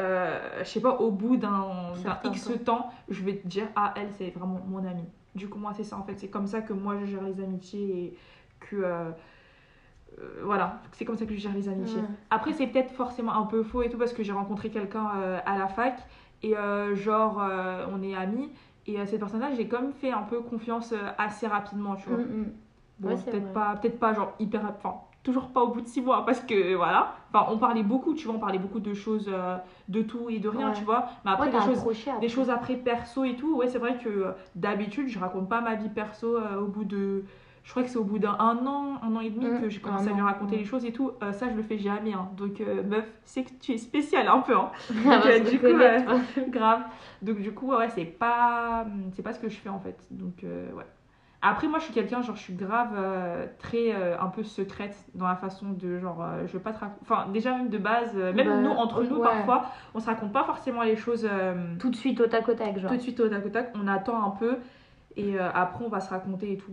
euh, je sais pas, au bout d'un d'un
Certain
X temps, je vais te dire, ah, elle, c'est vraiment mon amie. Du coup, moi, c'est ça, en fait. C'est comme ça que moi, je gère les amitiés et que euh, euh, voilà, c'est comme ça que je gère les amitiés.
Ouais.
Après, c'est peut-être forcément un peu faux et tout parce que j'ai rencontré quelqu'un euh, à la fac et euh, genre euh, on est amis et euh, cette personne-là, j'ai comme fait un peu confiance euh, assez rapidement, tu vois.
Mm, mm.
Bon,
Ouais, c'est
peut-être
vrai.
pas, peut-être pas genre hyper, rap- enfin toujours pas au bout de six mois parce que voilà, enfin on parlait beaucoup, tu vois, on parlait beaucoup de choses, euh, de tout et de rien,
Ouais.
tu vois. Mais après
Ouais,
des
t'as
choses,
accroché après.
des choses après perso et tout, ouais, c'est vrai que euh, d'habitude, je raconte pas ma vie perso euh, au bout de. Je crois que c'est au bout d'un un an, un an et demi
Mm,
que j'ai commencé
un
à lui
an,
raconter
ouais.
les choses et tout. Euh, ça, je le fais jamais. hein. Donc, euh, meuf, c'est que tu es spéciale un
[LAUGHS]
peu. hein.
Ah, bah,
euh,
je
du
te
coup,
connais,
ouais.
toi.
Grave. Donc, du coup, ouais, c'est pas, mmh, c'est pas ce que je fais en fait. Donc, euh, ouais. Après, moi, je suis quelqu'un, genre, je suis grave euh, très euh, un peu secrète dans la façon de, genre, euh, je veux pas te raconter. Enfin, déjà, même de base, euh, même
Bah,
nous, entre nous,
ouais.
parfois, on se raconte pas forcément les choses. euh,
Tout de suite au tac au tac, genre.
tout de suite au tac au tac, on attend un peu et euh, après on va se raconter et tout.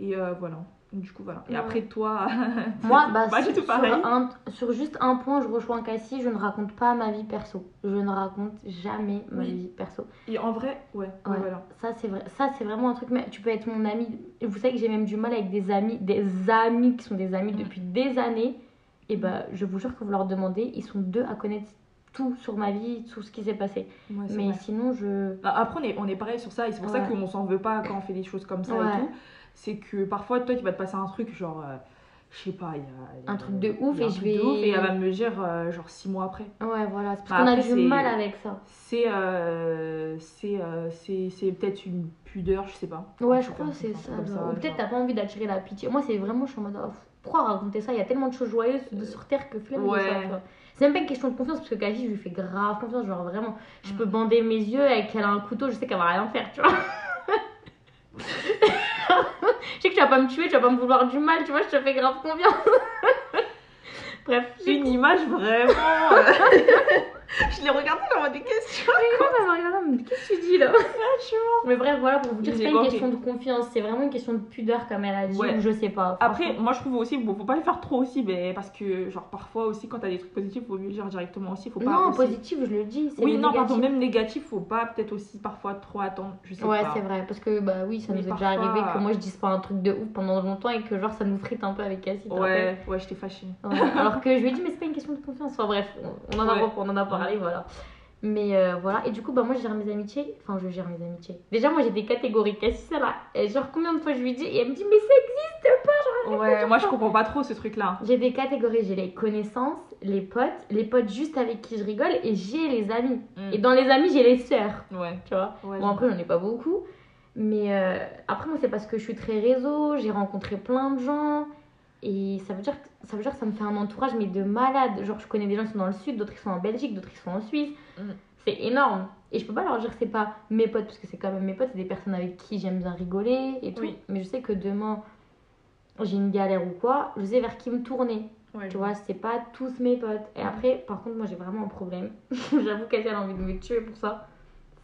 Et euh, voilà. Du coup, voilà. Et
Ouais.
après, toi, [LAUGHS]
Moi, bah,
pas du
sur,
tout pareil.
sur un- sur juste un point, je rejoins Cassie, je ne raconte pas ma vie perso. Je ne raconte jamais ma
Oui.
vie perso.
Et en vrai, ouais, ouais,
Ouais.
voilà.
Ça, c'est vrai. Ça, c'est vraiment un truc. Mais tu peux être mon ami. Et Vous savez que j'ai même du mal avec des amis, des amis qui sont des amis
Mm.
depuis des années. Et bah, je vous jure que vous leur demandez, ils sont deux à connaître tout sur ma vie, tout ce qui s'est passé.
Ouais, c'est
Mais
vrai.
sinon, je.
Bah, Après, on est, on est pareil sur ça et c'est pour ça
Ouais.
qu'on s'en veut pas quand on fait des choses comme ça
Ouais.
et tout. C'est que parfois, toi, tu vas te passer un truc, genre, euh, je sais pas, il y a- il y a.
Un truc de ouf
il y a un
et je
truc de
vais-
ouf et elle va me le dire, euh, genre, six mois après.
Ouais, voilà. C'est parce
Bah,
qu'on a
après,
du
c'est-
mal avec ça.
C'est euh, c'est euh, c'est- c'est peut-être une pudeur, je sais pas.
Ouais,
Un
je
truc
crois
comme-
que c'est
un truc
ça.
comme
genre. Ou peut-être
genre.
t'as pas envie d'attirer la pitié. Moi, c'est vraiment, je suis en mode, oh, pourquoi raconter ça Il y a tellement de choses joyeuses de- sur Terre que flemme de
Ouais.
ça, tu vois. C'est même pas une question de confiance, parce que Cassie, je lui fais grave confiance. Genre, vraiment, je
Mm.
peux bander mes yeux et qu'elle a un couteau, je sais qu'elle va rien faire, tu vois. [LAUGHS] je sais que tu vas pas me tuer, tu vas pas me vouloir du mal, tu vois, je te fais grave confiance. [LAUGHS] Bref, j'ai
une image vraiment. euh, [LAUGHS] je l'ai regardé dans ma des questions.
quoi même regardé, mais qu'est-ce que tu dis là Mais bref, voilà, pour vous dire,
J'ai
c'est pas une
compris.
question de confiance, c'est vraiment une question de pudeur, comme elle a dit,
Ouais.
ou je sais pas.
Après,
franchement.
moi je trouve aussi, bon, faut pas le faire trop aussi, mais parce que, genre, parfois aussi, quand t'as des trucs positifs, faut mieux le dire directement aussi. Faut pas
Non,
aussi-
positif, je le dis. c'est
Oui,
le
non, pardon,
négatif.
même négatif, faut pas peut-être aussi parfois trop attendre. Je sais
Ouais,
pas.
c'est vrai, parce que bah oui, ça
Mais
nous est
parfois-
déjà arrivé que moi je dise pas un truc de ouf pendant longtemps et que genre ça nous frite un peu avec Cassie. t'as
Ouais, ouais, j'étais fâchée. [LAUGHS]
rappelé Ouais, Alors que je lui ai dit, mais c'est pas une question de confiance. Enfin bref, on on en a,
Ouais.
on en a parlé, voilà. Mais euh, voilà, et du coup, bah moi je gère mes amitiés. Enfin, je gère mes amitiés. Déjà, moi j'ai des catégories. Cassie, ça là, et genre combien de fois je lui dis, et elle me dit, mais c'est.
Ouais, moi je comprends pas trop ce truc-là.
J'ai des catégories, j'ai les connaissances, les potes, les potes juste avec qui je rigole, et j'ai les amis.
Mm.
Et dans les amis, j'ai les sœurs,
Ouais,
tu vois.
ouais.
Bon, après, j'en ai pas beaucoup. Mais euh, après, moi, c'est parce que je suis très réseau, j'ai rencontré plein de gens. Et ça veut, dire que, ça veut dire que ça me fait un entourage, mais de malade. Genre, je connais des gens qui sont dans le sud, d'autres qui sont en Belgique, d'autres qui sont en Suisse.
Mm.
C'est énorme. Et je peux pas leur dire que c'est pas mes potes, parce que c'est quand même mes potes, c'est des personnes avec qui j'aime bien rigoler et tout.
Oui.
Mais je sais que demain, j'ai une galère ou quoi, je sais vers qui me tourner.
Ouais.
Tu vois, c'est pas tous mes potes. Et après, par contre, moi j'ai vraiment un problème. [LAUGHS] J'avoue qu'elle a envie de me tuer pour ça.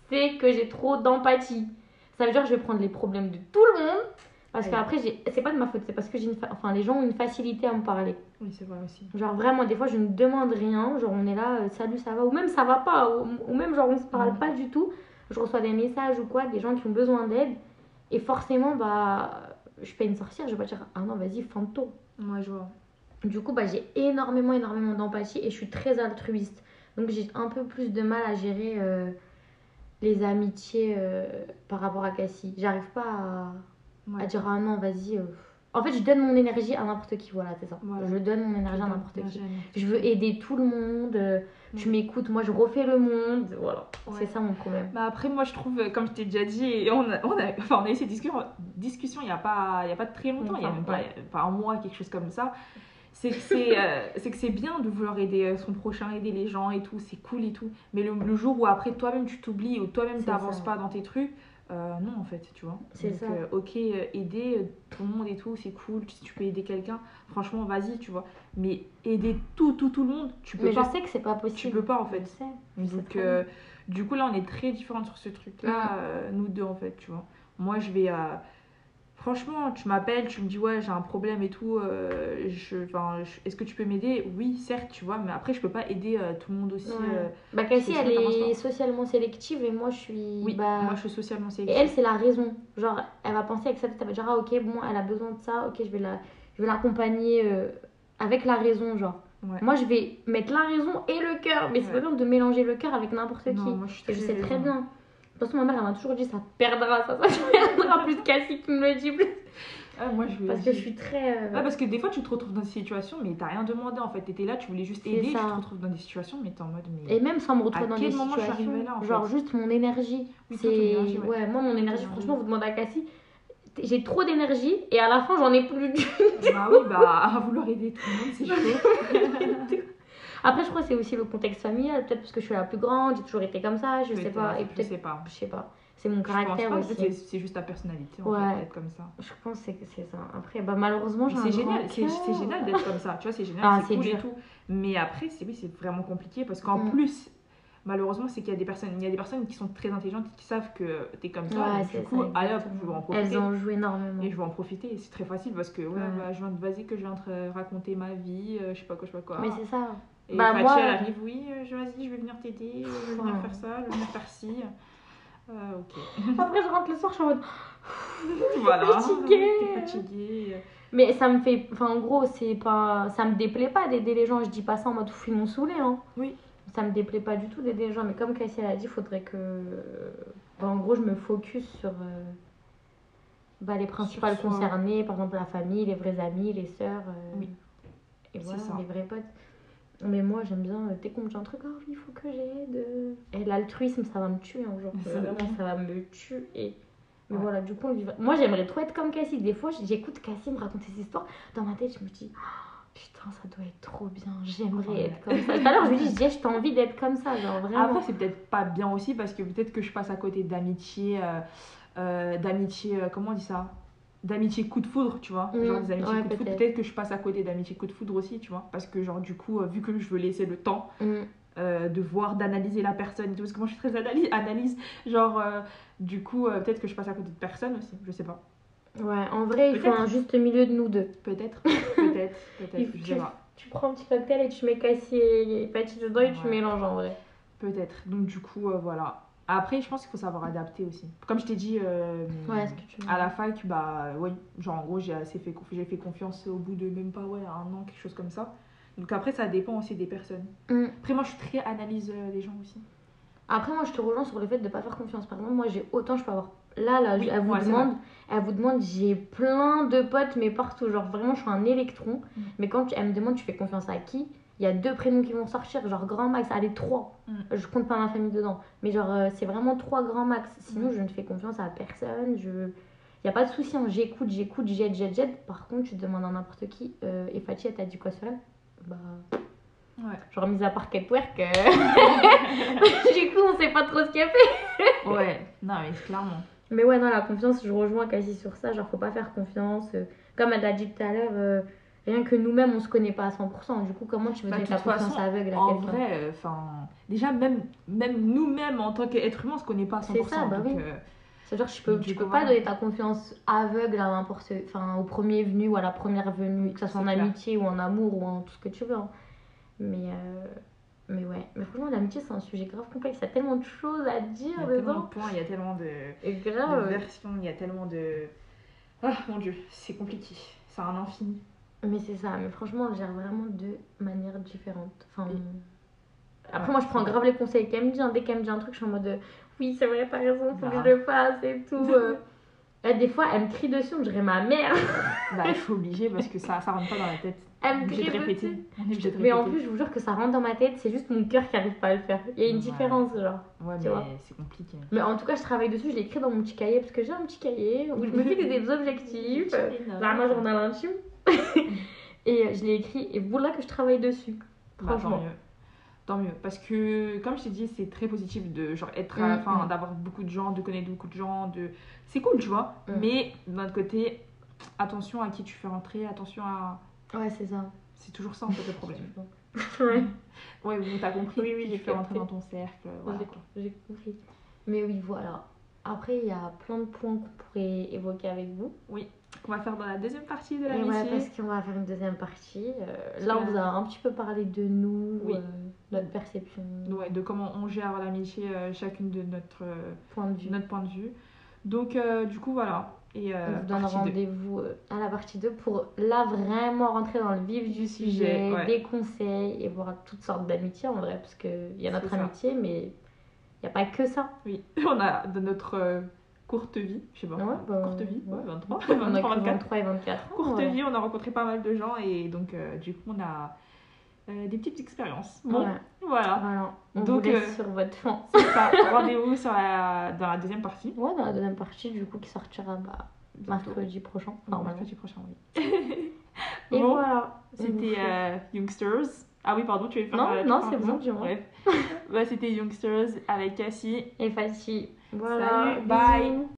C'est que j'ai trop d'empathie. Ça veut dire que je vais prendre les problèmes de tout le monde. Parce
Ouais.
qu'après, j'ai- c'est pas de ma faute, c'est parce que j'ai une fa- enfin, les gens ont une facilité à me parler.
Oui, c'est vrai aussi.
Genre vraiment, des fois, je ne demande rien. Genre, on est là, euh, salut, ça va. Ou même, ça va pas. Ou, ou même, genre, on se parle
Mhm.
pas du tout. Je reçois des messages ou quoi, des gens qui ont besoin d'aide. Et forcément, bah, je suis pas une sorcière, je vais pas dire, ah non, vas-y, fantôme.
Ouais, je vois.
Du coup, bah, j'ai énormément, énormément d'empathie et je suis très altruiste. Donc, j'ai un peu plus de mal à gérer euh, les amitiés euh, par rapport à Cassie. J'arrive pas à, à
Ouais.
dire, ah non, vas-y, euh, En fait, je donne mon énergie à n'importe qui, voilà, c'est ça.
Voilà.
Je donne mon
Je
énergie à
donne
n'importe qui.
énergie
Je veux aider tout le monde, euh, tu
Mm.
m'écoutes, moi je refais le monde, voilà.
Ouais.
C'est ça mon problème.
Bah après, moi, je trouve, euh, comme je t'ai déjà dit, et on a, on a, enfin, on a eu cette discussion, discussion il n'y a, pas- il y a pas très longtemps, il y a
Longtemps,
même pas, pas un mois, quelque chose comme ça. C'est que c'est euh, c'est que c'est bien de vouloir aider euh, son prochain, aider les gens et tout, c'est cool et tout. Mais le, le jour où après toi-même tu t'oublies ou toi-même
C'est
t'avances
ça.
pas dans tes trucs, euh, non en fait, tu vois.
C'est
Donc,
ça.
euh, ok, euh, aider euh, tout le monde et tout, c'est cool, si tu peux aider quelqu'un, franchement, vas-y, tu vois. Mais aider tout, tout, tout le monde, tu peux
Mais
pas.
je sais que c'est pas
Tu
possible.
peux pas en
Je
fait.
sais. C'est
Donc,
très bien.
euh, du coup, là, on est très différentes sur ce truc-là,
Mm.
euh, nous deux, en fait, tu vois. Moi, je vais. euh, Franchement, tu m'appelles, tu me dis, ouais, j'ai un problème et tout. euh, je... Enfin, je- Est-ce que tu peux m'aider Oui, certes, tu vois, mais après, je peux pas aider euh, tout le monde aussi.
Ouais.
euh,
Bah
c'est
Cassie,
ça,
elle
t'en penses
est
quoi
socialement sélective et moi je suis.
Oui,
bah,
moi, je suis socialement
Et
sélective.
elle, c'est la raison. Genre, elle va penser avec sa tête, elle va dire, ah ok, bon, elle a besoin de ça, ok, je vais la, je vais l'accompagner euh, avec la raison, genre.
Ouais.
Moi, je vais mettre la raison et le cœur, mais c'est
Ouais.
pas bien de mélanger le cœur avec n'importe qui.
Non, moi, je suis
et je sais très
raison.
bien. De toute façon, ma mère, elle m'a toujours dit, ça te perdra, ça, ça te
[LAUGHS]
perdra plus Cassie qui me le dit plus.
Ah, moi, je
Parce que je suis très. euh,
Ouais, Ah, parce que des fois, tu te retrouves dans des situations, mais t'as rien demandé, en fait. T'étais là, tu voulais juste
C'est
aider, tu
ça.
te retrouves dans des situations, mais t'es en mode, mais.
Et même sans me retrouver
À
dans
quel
des
moment je suis
situations,
arrivée là, en
genre
fait
juste mon énergie.
Oui, toi, ton
c'est
énergie, ouais.
ouais, moi mon énergie.
énergie.
Franchement, vous demandez à Cassie, t- j'ai trop d'énergie et à la fin j'en ai plus du
Bah oui, bah, à vouloir aider tout le monde,
[LAUGHS]
c'est chaud.
Après, je crois que c'est aussi le contexte familial, peut-être parce que je suis la plus grande, j'ai toujours été comme ça, je sais pas, et
hein, Je
peut-être,
sais pas.
je sais pas, c'est mon
Je pense
caractère
pas,
aussi.
peut-être c'est- c'est juste ta personnalité, en
Ouais.
fait, d'être comme ça.
Je pense que c'est c'est ça. Après, bah malheureusement, j'ai un
C'est
grand
génial, c'est
cœur.
c'est génial d'être comme ça, tu vois, c'est génial,
Ah, c'est
c'est cool
dur.
et tout. Mais après, c'est oui, c'est vraiment compliqué parce qu'en
Mm.
plus, malheureusement, c'est qu'il y a des personnes, il y a des personnes qui sont très intelligentes et qui savent que t'es comme ça.
Ouais,
donc,
c'est
du coup,
ça,
allez hop,
exactement.
je vais en profiter.
Elles en jouent énormément.
Et je vais en profiter, et c'est très facile parce que ouais,
Ouais.
bah, je viens de vas-y que je viens de te raconter ma vie, euh, je sais pas quoi, je sais pas quoi.
Mais c'est
[LAUGHS]
ça.
Et
bah,
Fatia,
moi-
elle arrive, oui, euh, je- vas-y, je vais venir t'aider, euh, je vais venir
Enfin.
faire ça, je vais venir faire ci. Euh, ok. [LAUGHS]
Après, je rentre le soir, je suis en mode.
voilà.
Fatiguée.
T'es fatiguée.
Mais ça me fait. Enfin, en gros, c'est pas. Ça me déplaît pas d'aider les gens. Je dis pas ça en mode fou, ils m'ont saoulé, hein.
Oui.
Ça me déplaît pas du tout d'aider les gens. Mais comme Cassie, elle a dit, faudrait que. bah, en gros, je me focus sur. euh, Bah, les principales
soi.
concernées, par exemple la famille, les vrais amis, les sœurs. euh,
Oui.
Et
C'est
voilà,
ça.
les vrais potes. Mais moi, j'aime bien. euh, Dès qu'on me dit un truc, ah oui, il faut que j'aide. euh. Et l'altruisme, ça va me tuer un jour.
Ça va.
Vraiment, ça va me tuer. Mais
Ouais.
voilà, du coup, on le vivra. Moi, j'aimerais trop être comme Cassie. Des fois, j'écoute Cassie me raconter ses histoires. Dans ma tête, je me dis, Ah, putain, ça doit être trop bien. J'aimerais
Ouais. Ah
être comme ça. Tout à l'heure, je lui dis, je dis, Ah, j'ai envie d'être comme ça. Genre, vraiment.
Après, c'est peut-être pas bien aussi parce que peut-être que je passe à côté d'amitié, euh, euh, d'amitié, euh, comment on dit ça D'amitié coup de foudre, tu vois.
Mm,
genre des amitiés
ouais,
coup de foudre.
peut-être.
Peut-être que je passe à côté d'amitié coup de foudre aussi, tu vois. Parce que, genre, du coup, euh, vu que je veux laisser le temps
Mm.
euh, de voir, d'analyser la personne et tout, parce que moi je suis très analyse, analyse genre, euh, du coup, euh, peut-être que je passe à côté de personne aussi, je sais pas.
Ouais, en vrai, il faut
Peut-être.
un juste milieu de nous deux.
Peut-être, [LAUGHS] peut-être, peut-être,
Il-
je sais pas.
Tu prends un petit cocktail et tu mets Cassie et Patty dedans et tu
Ouais.
mélanges en vrai.
Peut-être. Donc, du coup, euh, voilà. Après, je pense qu'il faut savoir adapter aussi. Comme je t'ai dit. euh,
Ouais, ce que tu veux.
À la fac, bah oui, genre en gros j'ai assez fait, conf- j'ai fait confiance au bout de même pas ouais, un an, quelque chose comme ça. Donc après ça dépend aussi des personnes.
Mm.
Après moi je suis très analyse euh, les gens aussi.
Après, moi, je te rejoins sur le fait de ne pas faire confiance. Par exemple, moi, j'ai autant, je peux avoir. Là, là,
Oui,
elle, vous
ouais, c'est
demande, elle vous demande, j'ai plein de potes, mais partout. Genre, vraiment, je suis un électron.
Mm.
Mais quand tu- elle me demande, tu fais confiance à qui Il y a deux prénoms qui vont sortir, genre grand max, allez, trois.
Mm.
Je compte pas ma famille dedans. Mais genre, euh, c'est vraiment trois grands max. Sinon,
Mm.
je ne fais confiance à personne. Je. Il n'y a pas de souci, hein. j'écoute, j'écoute, j'aide, j'aide, j'aide. Par contre, tu demandes à n'importe qui, euh, et Fatih, elle t'a dit quoi sur elle Bah.
Ouais.
Genre, mis à part Ketwerk, [LAUGHS] du coup, on sait pas trop ce qu'elle fait.
Ouais, non mais clairement.
Mais ouais, non, la confiance, je rejoins quasi sur ça. Genre, faut pas faire confiance. euh, Comme elle l'a dit tout à l'heure, euh, rien que nous-mêmes, on se connaît pas à 100%. Du coup, comment tu veux
Bah,
dire
de
que la
toute façon,
confiance aveugle à
En
quelqu'un
vrai, euh, enfin déjà même, même nous-mêmes en tant qu'être humain on se connaît pas à 100%.
C'est ça, bah
donc,
oui.
euh,
C'est-à-dire que tu peux,
Du
tu
coup,
peux pas
voilà.
donner ta confiance aveugle à n'importe. Enfin, au premier venu ou à la première venue, que ça soit en
C'est clair.
amitié ou en amour ou en tout ce que tu veux. hein. Mais. euh, Mais ouais, mais franchement, l'amitié c'est un sujet grave complexe, il y a tellement de choses à
il y a
dire
tellement de
dedans.
points, il y a tellement de,
Et
de
grave.
versions, il y a tellement de... Ah mon dieu, c'est compliqué. C'est un infini.
Mais c'est ça, mais franchement, on le gère vraiment de manières différentes. Enfin,
Oui.
Après,
Ouais.
moi, je prends grave les conseils
Bah.
qu'elle me dit. hein. Dès qu'elle me dit un truc, je suis en mode euh, Oui, c'est vrai, t'as raison, faut que
Grave. [LAUGHS]
je le fasse et tout. euh. Là, des fois, elle me crie dessus, on dirait ma mère.
Bah, il faut obligé parce que ça, ça rentre pas dans la
[LAUGHS]
tête.
Elle me
Obligé
crie
de répéter.
dessus.
On est obligé de
Mais en
répéter.
plus, je vous jure que ça rentre dans ma tête, c'est juste mon cœur qui arrive pas à le faire. Il y a une
Ouais.
différence, genre.
Ouais,
tu vois.
mais c'est compliqué.
Mais en tout cas, je travaille dessus, je l'écris dans mon petit cahier parce que j'ai un petit cahier où je me fixe
[LAUGHS]
des objectifs.
hein.
Là, un
Bah,
journal intime. [LAUGHS] et euh, je l'ai écrit et voilà que je travaille dessus.
Bah,
Franchement.
tant mieux. Tant mieux. Parce que, comme je t'ai dit, c'est très positif de genre être,
Mm,
enfin,
mm.
d'avoir beaucoup de gens, de connaître beaucoup de gens. De... C'est cool, tu vois.
Mm.
Mais d'un autre côté, attention à qui tu fais rentrer, attention à.
Ouais, c'est ça.
C'est toujours ça en fait le
[LAUGHS]
problème.
Ouais,
Ouais, bon, t'as compris.
Oui, oui,
qui
j'ai
tu fais rentrer
capté.
dans ton cercle. Voilà,
j'ai-
quoi.
j'ai compris. Mais oui, voilà. Après, il y a plein de points qu'on pourrait évoquer avec vous.
Qu'on va faire dans la deuxième partie de
Et ouais,
l'amitié.
parce qu'on va faire une deuxième partie. euh,
Parce
là, on
que-
vous a un petit peu parlé de nous,
Oui.
euh, notre perception,
Ouais, de comment on gère l'amitié, euh, chacune de notre, euh,
point de
de
vue.
notre point de vue. Donc, euh, du coup, voilà. Et
On
euh,
vous donne
partie deux.
rendez-vous euh, à la partie 2 pour là vraiment rentrer dans le vif du sujet,
Sujet, ouais.
des conseils et voir toutes sortes d'amitiés en vrai, parce qu'il y
C'est
a notre
ça.
amitié, mais il n'y a pas que
[LAUGHS]
ça.
Oui, on a de notre euh, courte vie, je sais pas,
Ouais, bah,
courte vie, ouais,
ouais.
23,
[LAUGHS] On
23,
a que
24.
23 et 24 ans.
Courte
ouais.
vie, on a rencontré pas mal de gens et donc euh, du coup on a euh, des petites expériences. Bon,
Ouais,
voilà,
voilà. On
Donc,
vous laisse
euh,
sur votre fin.
c'est ça. [LAUGHS] Rendez-vous sur la- dans la deuxième partie.
Ouais, dans la deuxième partie du coup qui sortira bah, mercredi prochain,
Non,
normalement.
mercredi prochain, oui.
Et
Bon,
voilà. On vous
C'était
fait-
euh, Youngsters. Ah oui, pardon, tu veux faire
Non,
euh,
non,
tu
c'est
fais
bon,
un
dis-moi.
Bref, [LAUGHS] bah, c'était Youngsters avec Cassie.
Et Fatih. Voilà.
Salut, bye.
bisous.